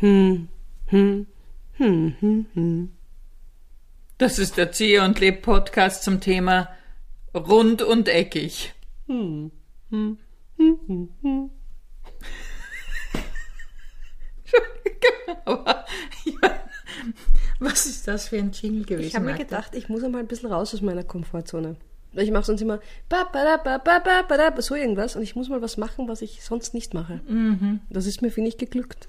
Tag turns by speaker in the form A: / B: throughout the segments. A: Hm, hm, hm, hm, hm.
B: Das ist der Ziehe und Leb Podcast zum Thema rund und eckig.
A: Hm, hm, hm, hm, hm.
B: Entschuldigung, aber ich meine, was ist das für ein Jingle gewesen?
A: Ich habe mir
B: Magda?
A: gedacht, ich muss mal ein bisschen raus aus meiner Komfortzone. Weil Ich mache sonst immer ba, ba, da, ba, ba, ba, ba, da, so irgendwas und ich muss mal was machen, was ich sonst nicht mache. Das ist mir, finde ich, geglückt.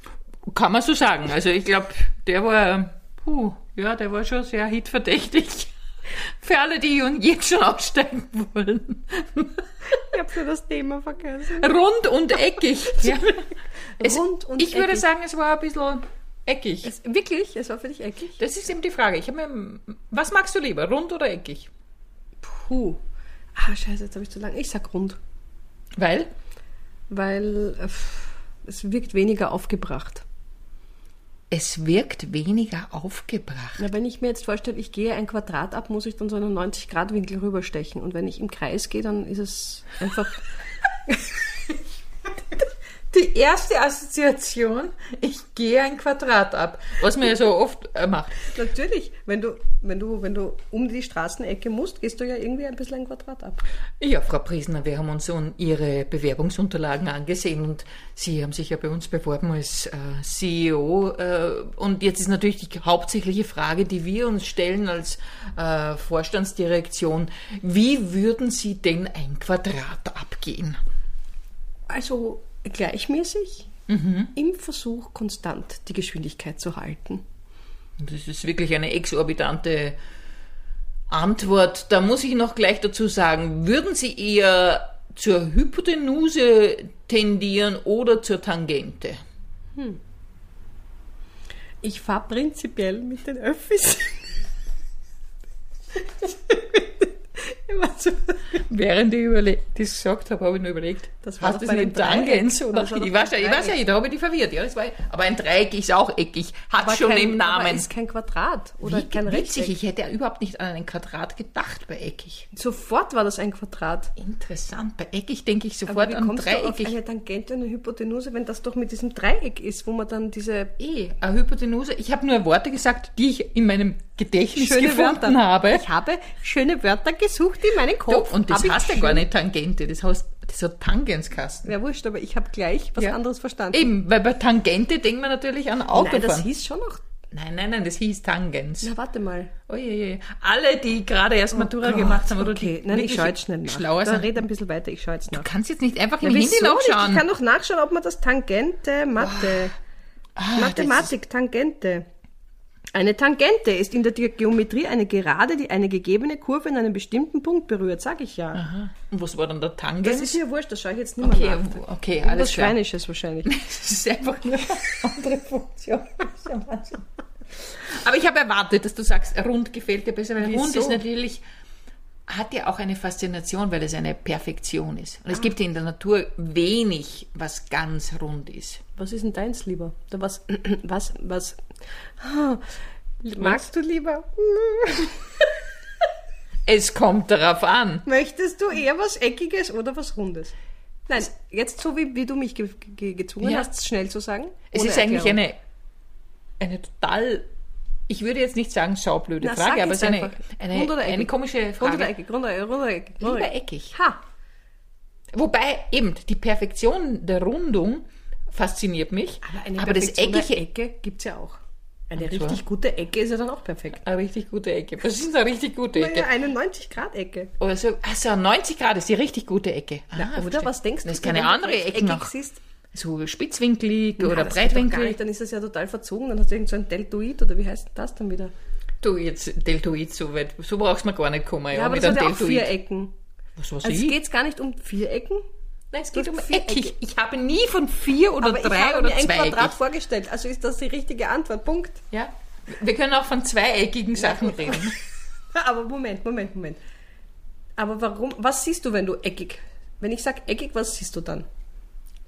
B: Kann man so sagen. Also ich glaube, der war, puh, ja, der war schon sehr hitverdächtig. Für alle, die jetzt schon aussteigen wollen.
A: Ich habe für das Thema vergessen.
B: Rund und eckig. Ja. Es,
A: Rund und
B: ich würde
A: eckig.
B: sagen, es war ein bisschen eckig.
A: Es, wirklich? Es war für dich eckig?
B: Das ist eben die Frage. Ich hab mir, was magst du lieber, rund oder eckig?
A: Puh. Ah, scheiße, jetzt habe ich zu lang. Ich sag rund,
B: Weil?
A: weil äh, pff, es wirkt weniger aufgebracht.
B: Es wirkt weniger aufgebracht.
A: Na, wenn ich mir jetzt vorstelle, ich gehe ein Quadrat ab, muss ich dann so einen 90-Grad-Winkel rüberstechen. Und wenn ich im Kreis gehe, dann ist es einfach...
B: Die erste Assoziation, ich gehe ein Quadrat ab. Was man ja so oft äh, macht.
A: Natürlich, wenn du, wenn, du, wenn du um die Straßenecke musst, gehst du ja irgendwie ein bisschen ein Quadrat ab.
B: Ja, Frau Presner, wir haben uns un- Ihre Bewerbungsunterlagen angesehen und Sie haben sich ja bei uns beworben als äh, CEO. Äh, und jetzt ist natürlich die hauptsächliche Frage, die wir uns stellen als äh, Vorstandsdirektion, wie würden Sie denn ein Quadrat abgehen?
A: Also gleichmäßig,
B: Mhm.
A: im Versuch konstant die Geschwindigkeit zu halten.
B: Das ist wirklich eine exorbitante Antwort. Da muss ich noch gleich dazu sagen, würden Sie eher zur Hypotenuse tendieren oder zur Tangente?
A: Ich fahre prinzipiell mit den Öffis. Immer so.
B: Während ich überle- das gesagt habe, habe ich nur überlegt,
A: Das war
B: hast
A: doch
B: du es
A: bei
B: nicht
A: dem Dreieck.
B: Tangens
A: Aber
B: oder?
A: das war doch
B: Ich weiß, ja,
A: beim
B: ich weiß ja,
A: Dreieck.
B: nicht, da habe ich die verwirrt. Ja, das war, aber ein Dreieck ist auch eckig, hat schon
A: kein,
B: im
A: Aber
B: Namen.
A: ist kein Quadrat oder
B: Wie
A: kein
B: witzig,
A: Rechteck.
B: ich hätte ja überhaupt nicht an einen Quadrat gedacht bei eckig.
A: Sofort war das ein Quadrat.
B: Interessant, bei eckig denke ich
A: Aber
B: sofort
A: wie
B: an
A: kommst du auf
B: dreieckig.
A: eine Tangente und eine Hypotenuse, wenn das doch mit diesem Dreieck ist, wo man dann diese
B: Eh, eine Hypotenuse. Ich habe nur Worte gesagt, die ich in meinem Gedächtnis
A: schöne
B: gefunden
A: Wörter.
B: habe.
A: Ich habe schöne Wörter gesucht in meinen
B: Du,
A: Kopf.
B: und das
A: Hab ich
B: heißt ja gar
A: schön-
B: nicht Tangente, das heißt, das hat Tangenskasten.
A: Ja, wurscht, aber ich habe gleich was
B: Ja.
A: anderes verstanden.
B: Eben, weil bei Tangente denkt man natürlich an
A: Nein, das
B: Autofahren.
A: hieß schon noch.
B: Nein, nein, nein, das hieß Tangens.
A: Na, warte mal.
B: Oje, alle, die gerade erst Matura gemacht haben, oder
A: Oh okay.
B: die
A: Nein, ich
B: wirklich
A: schaue jetzt schnell nach.
B: Schlauer
A: da
B: sind.
A: red ein bisschen weiter, ich schaue jetzt
B: Du
A: nach.
B: kannst jetzt nicht einfach
A: Ja,
B: im Handy
A: wieso nicht? Ich kann
B: nachschauen.
A: doch nachschauen, ob man das Tangente, Mathe,
B: Ah, das
A: Mathematik, Tangente. Eine Tangente ist in der Geometrie eine Gerade, die eine gegebene Kurve in einem bestimmten Punkt berührt, sag ich ja.
B: ist- Aha. Und was war dann der
A: Das ist
B: Tangens?
A: mir wurscht, das schaue ich jetzt nicht
B: Okay,
A: mehr nach.
B: wo- okay,
A: Das
B: alles klar.
A: Schweinisches wahrscheinlich.
B: Das ist einfach nur eine andere Funktion. Das ist ja Wahnsinn. Aber ich habe erwartet, dass du sagst, rund gefällt dir besser, weil rund
A: Wieso?
B: ist natürlich, hat ja auch eine Faszination, weil es eine Perfektion ist.
A: Ah.
B: Und es gibt in der Natur wenig, was ganz rund ist.
A: Was ist denn deins lieber? Oder was, was, was? Ah, Magst du lieber? Hm,
B: Es kommt darauf an.
A: Möchtest du eher was Eckiges oder was Rundes? Nein, jetzt so wie, wie du mich ge ge gezwungen
B: Ja.
A: hast, schnell zu sagen.
B: Es
A: ohne
B: ist eigentlich
A: Erklärung.
B: eine, eine total, ich würde jetzt nicht sagen saublöde
A: Na, sag
B: Frage, aber es
A: jetzt
B: ist eine,
A: einfach. Rund
B: eine,
A: oder
B: eine
A: eckig?
B: komische
A: Rund oder
B: Frage.
A: eckig, rund oder eckig, rund oder eckig. rund oder
B: Lieber eckig.
A: Ha!
B: Wobei eben die Perfektion der Rundung fasziniert mich, aber, das
A: Perfektion der
B: eckige,
A: Ecke gibt es ja auch. Eine
B: Und zwar?
A: richtig gute Ecke ist ja dann auch perfekt.
B: eine richtig gute Ecke. Was ist eine richtig gute Ecke?
A: Naja, eine 90-Grad-Ecke.
B: Also, also 90 Grad ist die richtig gute Ecke. Ah,
A: Oder
B: verstehe.
A: was denkst du? genau?
B: Das ist
A: wenn
B: keine
A: du
B: andere Ecke
A: rechteckig
B: noch.
A: siehst?
B: So spitzwinklig oder
A: Ah, das geht doch gar
B: breitwinklig.
A: nicht, Dann ist das ja total verzogen, dann hast du irgend so ein Deltoid oder wie heißt das dann wieder?
B: Du, jetzt Deltoid so weit. So brauchst du mir gar nicht kommen. Ja,
A: Ja, aber
B: mit
A: das hat
B: einem
A: ja auch
B: Deltoid.
A: Vierecken.
B: Was weiß
A: Also
B: ich?
A: geht es gar nicht um Vierecken,
B: Nein, es geht
A: Das
B: um
A: Viereckig.
B: eckig. Ich habe nie von vier oder
A: aber ich
B: drei
A: habe
B: oder
A: mir ein
B: zwei
A: Quadrat vorgestellt. Also ist das die richtige Antwort, Punkt.
B: Ja? Wir können auch von zweieckigen Sachen reden.
A: Aber Moment, Moment, Moment. Aber warum, was siehst du, wenn du eckig, wenn ich sage eckig, was siehst du dann?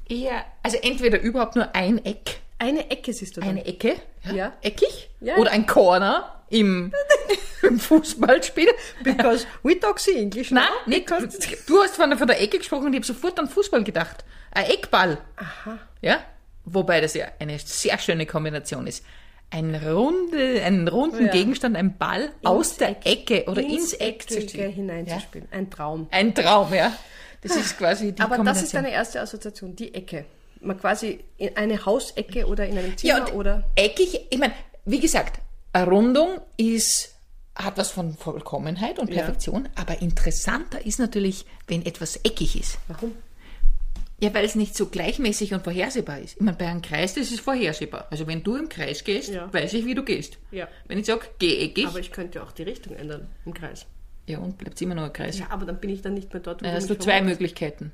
B: Eher, also entweder überhaupt nur ein Eck,
A: Eine Ecke siehst du dann.
B: eine Ecke,
A: Ja.
B: eckig,
A: Ja.
B: oder ein Corner im, im Fußballspiel.
A: Because Genau, we talk see English
B: Nein,
A: now.
B: nicht. Du hast von der, von der Ecke gesprochen und ich habe sofort an Fußball gedacht. Ein Eckball.
A: Aha.
B: Ja? wobei das ja eine sehr schöne Kombination ist. Ein runde, einen runden
A: Oh Ja.
B: Gegenstand, ein Ball aus der Ecke oder ins, Eck zu
A: Eckige
B: schieben.
A: hineinzuspielen. Ein Traum.
B: Ein Traum, ja. Das ist quasi die
A: Aber das ist
B: Kombination.
A: deine erste Assoziation, die Ecke. Man quasi in eine Hausecke oder in einem
B: Ja,
A: Zimmer
B: und
A: oder.
B: eckig, ich meine, wie gesagt, eine Rundung ist, hat was von Vollkommenheit und
A: Ja.
B: Perfektion, aber interessanter ist natürlich, wenn etwas eckig ist.
A: Warum?
B: Ja, weil es nicht so gleichmäßig und vorhersehbar ist. Ich meine, bei einem Kreis, das ist vorhersehbar. Also wenn du im Kreis gehst,
A: Ja.
B: weiß ich, wie du gehst.
A: Ja.
B: Wenn ich sage, geh eckig,
A: Aber ich könnte ja auch die Richtung ändern im Kreis.
B: ja und bleibt immer noch ein Kreis.
A: Ja, aber dann bin ich dann nicht mehr dort, wo
B: Dann hast
A: mich
B: du zwei
A: verwundert.
B: Möglichkeiten.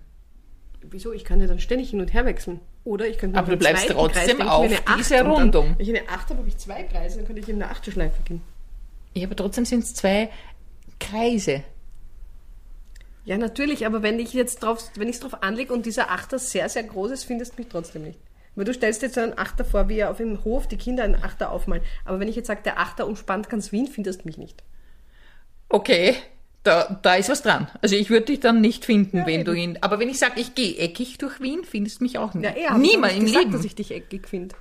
A: Wieso? Ich kann ja dann ständig hin und her wechseln. Oder ich könnte
B: Aber
A: mir
B: du
A: einen
B: bleibst
A: zweiten
B: trotzdem
A: denke ich mir
B: auf
A: eine Acht
B: dieser
A: und dann-
B: Rundung.
A: Wenn ich eine 8 habe, habe ich zwei Kreise, dann könnte ich in eine Achtelschleife gehen.
B: Ja, aber trotzdem sind es zwei Kreise.
A: Ja, natürlich, aber wenn ich jetzt drauf, wenn ich es drauf anlege und dieser Achter sehr, sehr groß ist, findest du mich trotzdem nicht. Weil du stellst jetzt so einen Achter vor, wie ja auf dem Hof die Kinder einen Achter aufmalen. Aber wenn ich jetzt sage, der Achter umspannt ganz Wien, findest du mich nicht.
B: Okay, da, da ist was dran. Also ich würde dich dann nicht finden,
A: Ja,
B: wenn
A: eben.
B: du ihn. Aber wenn ich sage, ich gehe eckig durch Wien, findest du mich auch nicht.
A: Ja, er hat
B: Niemand
A: nicht
B: im
A: gesagt,
B: Leben.
A: dass ich dich eckig finde.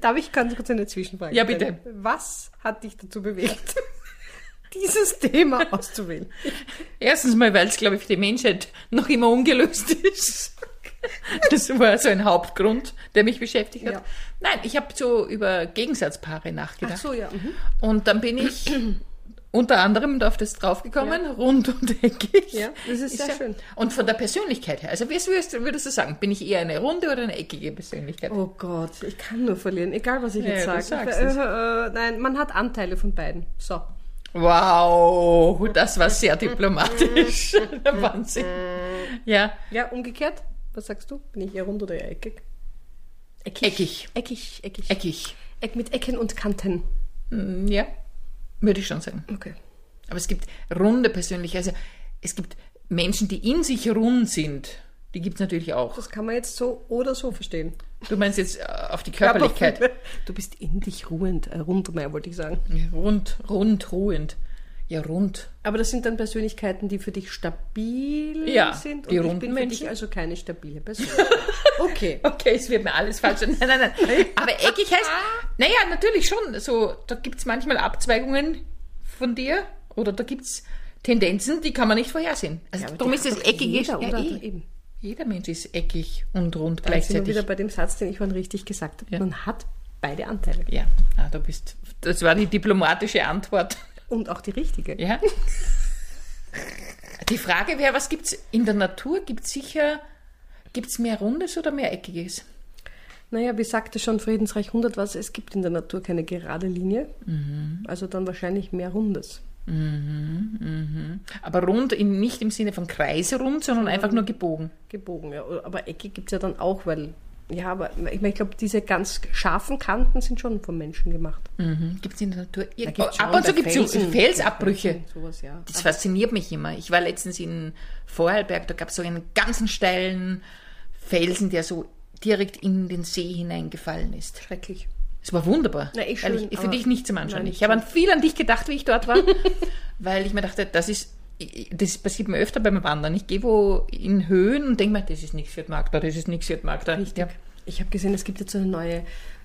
A: Darf ich ganz kurz eine Zwischenfrage
B: Ja,
A: stellen? Was hat dich dazu bewegt, dieses Thema auszuwählen?
B: Erstens mal, weil es, glaube ich, für die Menschheit noch immer ungelöst ist. Das war so ein Hauptgrund, der mich beschäftigt hat.
A: Ja.
B: Nein, ich habe so über Gegensatzpaare nachgedacht.
A: ja. Mhm.
B: Und dann bin ich unter anderem auf das draufgekommen, rund und eckig.
A: Ja, das ist sehr schön.
B: Und von der Persönlichkeit her, also wie würdest, würdest du sagen, bin ich eher eine runde oder eine eckige Persönlichkeit?
A: Oh Gott, ich kann nur verlieren, egal was ich
B: Ja,
A: jetzt
B: du
A: sage.
B: sagst
A: äh,
B: es.
A: äh, nein, man hat Anteile von beiden. So.
B: Wow, das war sehr diplomatisch. Der Wahnsinn. Ja,
A: Ja, umgekehrt. Was sagst du? Bin ich eher rund oder eher eckig?
B: eckig,
A: Eckig, eckig.
B: eckig.
A: Eck mit Ecken und Kanten.
B: Mm, Ja, würde ich schon sagen.
A: Okay.
B: Aber es gibt runde Persönlichkeiten, also es gibt Menschen, die in sich rund sind. Die gibt es natürlich auch.
A: Das kann man jetzt so oder so verstehen.
B: Du meinst jetzt äh, auf die Körperlichkeit.
A: Du bist in dich ruhend, äh, rund mehr wollte ich sagen.
B: Ja, Rund, rund, ruhend. Ja, rund.
A: Aber das sind dann Persönlichkeiten, die für dich stabil
B: Ja,
A: sind.
B: die
A: und ich
B: runden
A: bin für
B: Menschen.
A: dich also keine stabile Person. Okay.
B: Okay, es wird mir alles falsch. Nein, nein, nein. Aber eckig heißt, naja, natürlich schon. So, da gibt es manchmal Abzweigungen von dir oder da gibt es Tendenzen, die kann man nicht vorhersehen. Also
A: aber
B: darum
A: die
B: ist
A: hat
B: das
A: doch
B: eckig.
A: jeder,
B: ja,
A: oder?
B: eh.
A: Eben.
B: jeder Mensch ist eckig und rund
A: Da sind wir wieder
B: gleichzeitig.
A: bei dem Satz, den ich vorhin richtig gesagt habe.
B: Ja.
A: Man hat beide Anteile.
B: Ja, ah, du bist. Das war die diplomatische Antwort.
A: Und auch die richtige.
B: Ja. Die Frage wäre, was gibt's in der Natur? Gibt es sicher gibt's mehr Rundes oder mehr Eckiges?
A: Naja, wie sagte schon Friedensreich 100 was, es gibt in der Natur keine gerade Linie.
B: Mhm.
A: Also dann wahrscheinlich mehr Rundes.
B: Aber rund in, nicht im Sinne von kreisrund, sondern einfach nur gebogen.
A: Gebogen, ja. Oder- Aber Ecke gibt es ja dann auch, weil. Ja, aber ich, mein, ich glaube, diese ganz scharfen Kanten sind schon vom Menschen gemacht.
B: Mhm. Gibt es in der Natur
A: Da
B: ir-
A: gibt's
B: Ab
A: schon
B: und zu
A: bei
B: gibt es so
A: Felsen-
B: Felsabbrüche.
A: Felsen, Sowas, ja.
B: Das fasziniert mich immer. Ich war letztens in Vorarlberg, da gab es so einen ganzen steilen Felsen, der so direkt in den See hineingefallen ist.
A: Schrecklich.
B: Es war wunderbar.
A: Na, eh
B: Weil
A: schön,
B: ich, für
A: aber-
B: dich nicht zum Anschauen.
A: Nein,
B: ich habe an viel an dich gedacht, wie ich dort war, weil ich mir dachte, das ist, das passiert mir öfter beim Wandern. Ich gehe wo in Höhen und denke mir, das ist nichts für die Magda, das ist nichts für die Magda. Ja.
A: Ich habe gesehen, es gibt jetzt so eine neue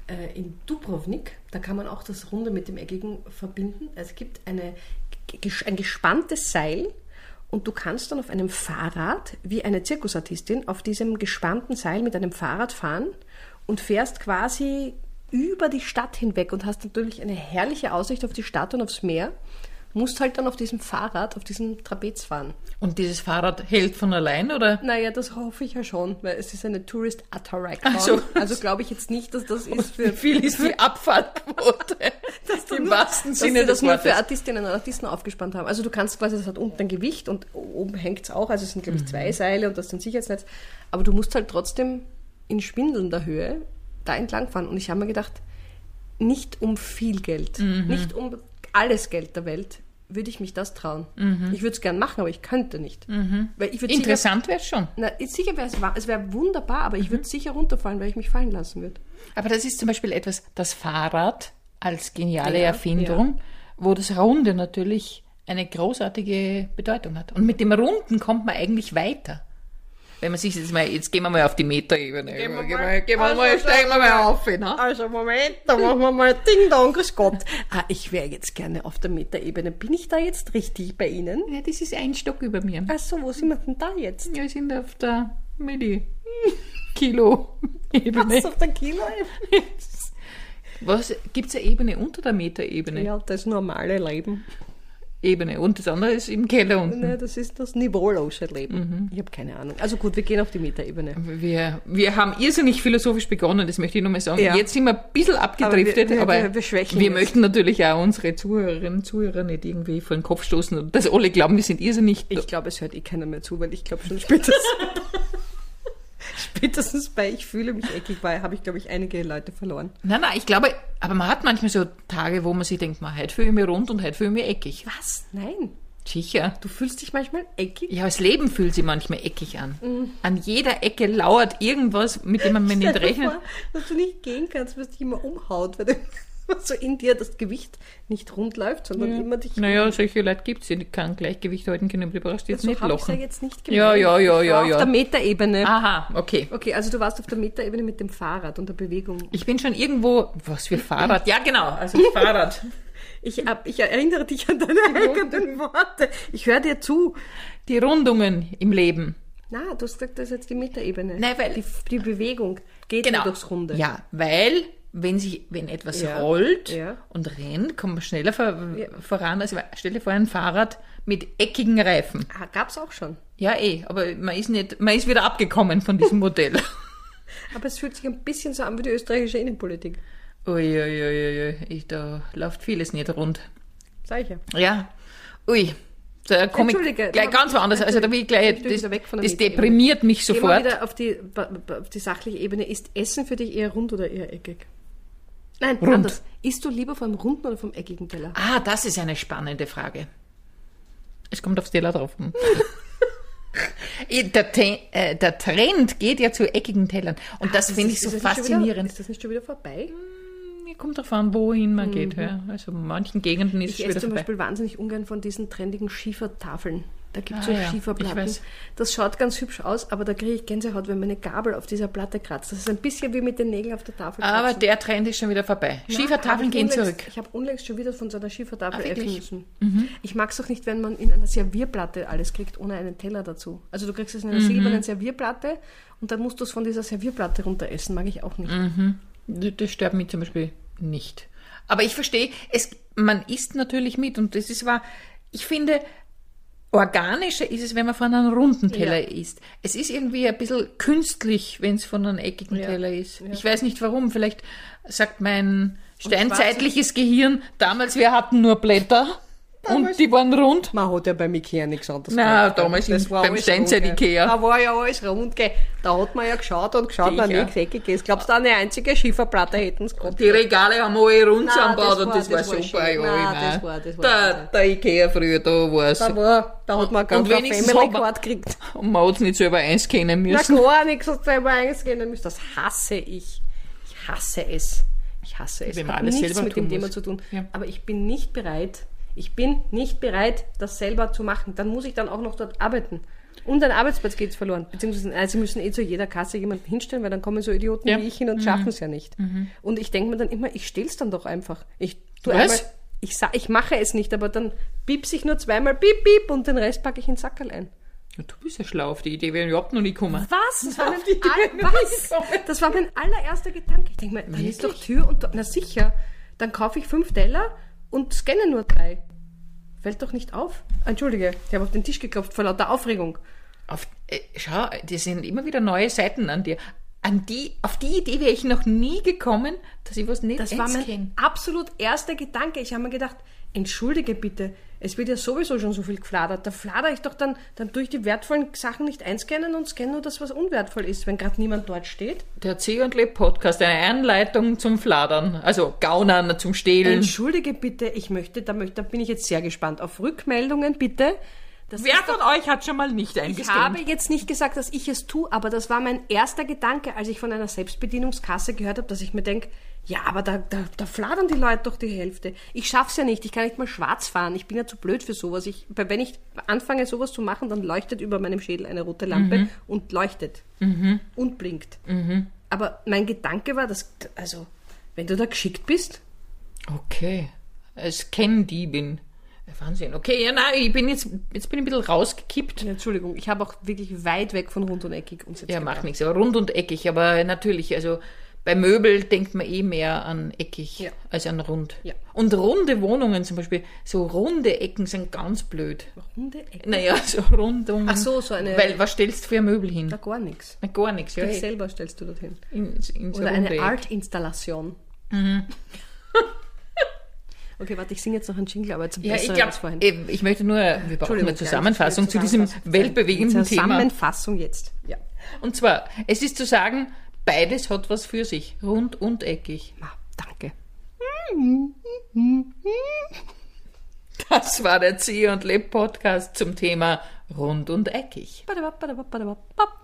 A: äh, in Dubrovnik, da kann man auch das Runde mit dem Eckigen verbinden. Also Es gibt eine, ges- ein gespanntes Seil und du kannst dann auf einem Fahrrad, wie eine Zirkusartistin, auf diesem gespannten Seil mit einem Fahrrad fahren und fährst quasi über die Stadt hinweg und hast natürlich eine herrliche Aussicht auf die Stadt und aufs Meer. Musst halt dann auf diesem Fahrrad, auf diesem Trapez fahren.
B: Und dieses Fahrrad hält von allein, oder?
A: Naja, das hoffe ich ja schon, weil es ist eine Tourist Attraction.
B: Ach so.
A: Also glaube ich jetzt nicht, dass das ist
B: Wie
A: für
B: viel ist die Abfahrtquote? Im wahrsten
A: dass
B: Sinne
A: sie das
B: des
A: nur für
B: Wortes.
A: Artistinnen und Artisten aufgespannt haben. Also du kannst quasi, das hat unten ein Gewicht und oben hängt es auch, also es sind glaube ich
B: Mhm.
A: zwei Seile und das ist ein Sicherheitsnetz. Aber du musst halt trotzdem in schwindelnder Höhe da entlang fahren. Und ich habe mir gedacht, nicht um viel Geld,
B: Mhm.
A: nicht um alles Geld der Welt würde ich mich das trauen.
B: Mhm.
A: Ich würde es gern machen, aber ich könnte nicht. Weil ich würde sicher
B: Interessant wäre schon.
A: Na, ist sicher wäre es, wa- es wäre wunderbar, aber ich würde sicher runterfallen, weil ich mich fallen lassen würde.
B: Aber das ist zum Beispiel etwas, das Fahrrad als geniale
A: Ja,
B: Erfindung, wo das Runde natürlich eine großartige Bedeutung hat. Und mit dem Runden kommt man eigentlich weiter. Wenn man sich jetzt mal, jetzt gehen wir mal auf die Metaebene.
A: Gehen wir
B: Gehen wir
A: mal-
B: mal, gehen wir
A: also,
B: mal,
A: also,
B: steigen wir mal
A: also.
B: auf. Ne?
A: Also Moment, da machen wir mal Ding Dong, grüß Gott. Ah, ich wäre jetzt gerne auf der Metaebene. Bin ich da jetzt richtig bei Ihnen?
B: Ja, das ist ein Stock über mir.
A: Ach so, wo sind wir denn da jetzt?
B: Wir sind auf der Milli-Kilo-Ebene.
A: Was, auf der Kilo?
B: Was, gibt's eine Ebene unter der Metaebene?
A: Ja, das normale Leben.
B: Ebene. Und das andere ist im Keller unten.
A: Ne, das ist das niveaulose Leben. Ich habe keine Ahnung. Also gut, wir gehen auf die Metaebene.
B: Wir, wir haben irrsinnig philosophisch begonnen, das möchte ich nochmal sagen.
A: Ja.
B: Jetzt sind wir ein bisschen abgedriftet,
A: Aber
B: aber
A: wir- wir- wir- wir schwächen
B: wir
A: jetzt.
B: möchten natürlich auch unsere Zuhörerinnen und Zuhörer nicht irgendwie vor den Kopf stoßen und dass alle glauben, wir sind irrsinnig.
A: Ich glaube, es hört eh keiner mehr zu, weil ich glaube schon spätestens. Spätestens bei Ich fühle mich eckig war, habe ich, glaube ich, einige Leute verloren.
B: Nein, nein, ich glaube, aber man hat manchmal so Tage, wo man sich denkt, man, heute fühle ich mich rund und heute fühle ich mich eckig.
A: Was? Nein.
B: Sicher.
A: Du fühlst dich manchmal eckig?
B: Ja, das Leben fühlt sich manchmal eckig an. An jeder Ecke lauert irgendwas, mit dem man mir nicht
A: Mhm. Stell dir
B: rechnet.
A: vor, dass du nicht gehen kannst, weil es dich immer umhaut, weil du so in dir das Gewicht nicht rund läuft, sondern immer dich.
B: Naja, solche Leute gibt es, die kann Gleichgewicht halten können, aber du brauchst jetzt
A: so
B: nicht
A: hab ich's
B: lachen.
A: ja jetzt nicht
B: Ja,
A: gemeint.
B: ja, ja,
A: Ich
B: ja,
A: war
B: ja.
A: Auf der Metaebene.
B: Aha, okay.
A: Okay, also du warst auf der Metaebene mit dem Fahrrad und der Bewegung.
B: Ich bin schon irgendwo. Was für Fahrrad? Ja, genau. Also das Fahrrad.
A: Ich, hab, ich erinnere dich an deine eigenen Worte. Ich höre dir zu.
B: Die Rundungen im Leben.
A: Na, du hast gesagt, das ist jetzt die Metaebene.
B: Nein, weil-
A: die, die Bewegung geht
B: Genau.
A: nur durchs Runde.
B: Ja, weil wenn sich, wenn etwas
A: Ja.
B: rollt
A: Ja.
B: und rennt, kommt man schneller vor, voran. Also stell dir vor ein Fahrrad mit eckigen Reifen.
A: Ah, gab's auch schon.
B: Ja, eh, aber man ist nicht, man ist wieder abgekommen von diesem Modell.
A: Aber es fühlt sich ein bisschen so an wie die österreichische Innenpolitik.
B: Uiuiuiui, ich, da läuft vieles nicht rund.
A: Sag ich ja.
B: Ja. Ui. Da komme ich
A: Entschuldige,
B: gleich
A: da-
B: ganz woanders. Also da bin ich gleich,
A: Ich bin
B: das,
A: wieder weg von der
B: das
A: Metaebene.
B: deprimiert mich
A: Gehen wir
B: sofort.
A: wieder auf die, ba- ba- auf die sachliche Ebene. Ist Essen für dich eher rund oder eher eckig? Nein,
B: Rund.
A: anders. Isst du lieber vom runden oder vom eckigen Teller?
B: Ah, das ist eine spannende Frage. Es kommt aufs Teller drauf. an. der, Te äh, der Trend geht ja zu eckigen Tellern. Und Ah, das finde ich so
A: Ah, das nicht schon Wieder,
B: faszinierend. Hm,
A: ist das nicht schon wieder vorbei?
B: Kommt drauf an, wohin man geht. Ja. Also in manchen Gegenden ist
A: Mhm. Ich
B: es wieder
A: esse zum
B: vorbei.
A: Beispiel wahnsinnig ungern von diesen trendigen Schiefertafeln. Da gibt es
B: Ah,
A: so
B: ja. Ich
A: Schieferplatten.
B: weiß.
A: Das schaut ganz hübsch aus, aber da kriege ich Gänsehaut, wenn meine Gabel auf dieser Platte kratzt. Das ist ein bisschen wie mit den Nägeln auf der Tafel.
B: Aber
A: kratzen.
B: der Trend ist schon wieder vorbei. Schiefertafeln
A: Hab ich
B: gehen
A: unlängst-
B: zurück.
A: Ich habe unlängst schon wieder von so einer Schiefertafel
B: Ah,
A: essen
B: wirklich? Mhm.
A: müssen. Ich mag es auch nicht, wenn man in einer Servierplatte alles kriegt, ohne einen Teller dazu. Also du kriegst es in einer
B: Mhm.
A: silbernen Servierplatte und dann musst du es von dieser Servierplatte runter essen. Mag ich auch nicht.
B: Mhm. D- Das stört mich zum Beispiel nicht. Aber ich verstehe, es, man isst natürlich mit und das ist wahr. Ich finde, organischer ist es, wenn man von einem runden Teller isst. Es ist irgendwie ein bisschen künstlich, wenn es von einem eckigen
A: Ja.
B: Teller ist. Ich weiß nicht warum. Vielleicht sagt mein
A: schwarze-
B: steinzeitliches Gehirn, damals wir hatten nur Blätter und die waren rund.
A: Man hat ja beim Ikea nichts anderes
B: Na,
A: gekriegt, gell?
B: damals im- beim
A: alles
B: Steinzeit
A: rund, gell?
B: Ikea.
A: Da war ja alles rund, gell. Da hat man ja geschaut und geschaut,
B: Sicher.
A: na nichts eckiges. Glaubst du, eine einzige Schieferplatte hätten es gehabt?
B: Die Regale haben alle rund
A: Nein,
B: zusammengebaut
A: das
B: und
A: war-
B: das war
A: das war
B: super.
A: schön.
B: ja,
A: Nein,
B: ich
A: das
B: mein,
A: war- das war
B: der,
A: schön.
B: der Ikea früher, da war es
A: Da, war, da hat man
B: Und-
A: ganz
B: und
A: einen
B: wenigstens hat man-
A: Family-Card gekriegt.
B: Und man hat es nicht selber einscannen
A: Na
B: müssen.
A: klar, nichts aus selber eingehen müssen. Das hasse ich. Ich hasse es. Ich hasse es.
B: Wenn man
A: Hat
B: alles
A: nichts
B: selber
A: mit
B: tun
A: dem Thema
B: muss.
A: zu tun.
B: Ja.
A: Aber ich bin nicht bereit. Ich bin nicht bereit, das selber zu machen. Dann muss ich dann auch noch dort arbeiten. Und ein Arbeitsplatz geht verloren. Beziehungsweise, nein, sie müssen eh zu jeder Kasse jemanden hinstellen, weil dann kommen so Idioten
B: Ja. Mhm.
A: wie ich hin und schaffen es ja nicht. Und ich denke mir dann immer, ich stell's dann doch einfach. Ich tu
B: Was?
A: einmal, ich, sa- ich mache es nicht, aber dann piepse ich nur zweimal, piep, piep, und den Rest packe ich in den Sackerl ein.
B: Ja, du bist ja schlau auf die Idee, wäre ich überhaupt noch nie gekommen.
A: Was? Das war, mein,
B: Auf die
A: all,
B: Idee
A: was?
B: bin ich gekommen.
A: das war mein allererster Gedanke. Ich denke mir, dann ist doch Tür und Tor. Na sicher, dann kaufe ich fünf Teller und scanne nur drei. Fällt doch nicht auf. Entschuldige, ich habe auf den Tisch geklopft vor lauter Aufregung.
B: Auf, äh, schau, die sind immer wieder neue Seiten an dir. An die, auf die Idee wäre ich noch nie gekommen, dass ich was nicht
A: Das war
B: einscann.
A: mein absolut erster Gedanke. Ich habe mir gedacht, entschuldige bitte, es wird ja sowieso schon so viel gefladert. Da fladere ich doch dann, dann durch die wertvollen Sachen nicht einscannen und scanne nur das, was unwertvoll ist, wenn gerade niemand dort steht.
B: Der Zieh und Leb Podcast, eine Anleitung zum Fladern, also Gaunern zum Stehlen.
A: Entschuldige bitte, ich möchte, da, möchte, da bin ich jetzt sehr gespannt auf Rückmeldungen bitte. Das
B: Wer
A: ist
B: von euch hat schon mal nicht
A: Ich
B: eingescannt?
A: habe jetzt nicht gesagt, dass ich es tue, aber das war mein erster Gedanke, als ich von einer Selbstbedienungskasse gehört habe, dass ich mir denke, ja, aber da, da, da fladern die Leute doch die Hälfte. Ich schaff's ja nicht, ich kann nicht mal schwarz fahren, ich bin ja zu blöd für sowas. Ich, wenn ich anfange, sowas zu machen, dann leuchtet über meinem Schädel eine rote Lampe und leuchtet und blinkt. Aber mein Gedanke war, dass, also, wenn du da geschickt bist,
B: Okay. Als Kenndiebin. Wahnsinn. Okay, ja, nein, ich bin jetzt, jetzt bin ich ein bisschen rausgekippt.
A: ja, Entschuldigung, ich habe auch wirklich weit weg von rund und eckig uns jetzt
B: Ja, macht
A: gebracht.
B: nichts. Aber rund und eckig. Aber natürlich, also bei Möbel denkt man eh mehr an eckig
A: Ja.
B: als an rund.
A: Ja.
B: Und runde Wohnungen zum Beispiel, so runde Ecken sind ganz blöd.
A: Runde Ecke?
B: Naja, so Rundungen.
A: Ach so, äh, so eine-
B: Weil, was stellst du für ein Möbel hin?
A: Na, gar nichts.
B: Na, gar nichts, ja.
A: Dich
B: eh.
A: selber stellst du dorthin.
B: In, in so
A: Oder
B: runde
A: eine
B: Ecken.
A: Art-Installation. okay, warte, ich singe jetzt noch einen Jingle, aber zum
B: Ja, ich
A: Besseren
B: glaube,
A: als vorhin.
B: ich möchte nur, wir brauchen
A: Entschuldigung,
B: eine
A: ja,
B: Zusammenfassung
A: ich-
B: zu diesem
A: Zusammenfassung.
B: weltbewegenden Thema.
A: Zusammenfassung jetzt. Ja.
B: Und zwar, es ist zu sagen, beides hat was für sich, rund und eckig.
A: Na, Ah, danke.
B: Das war der Zieh und Leb Podcast zum Thema rund und eckig.
A: Badabab, badabab, badabab, bab.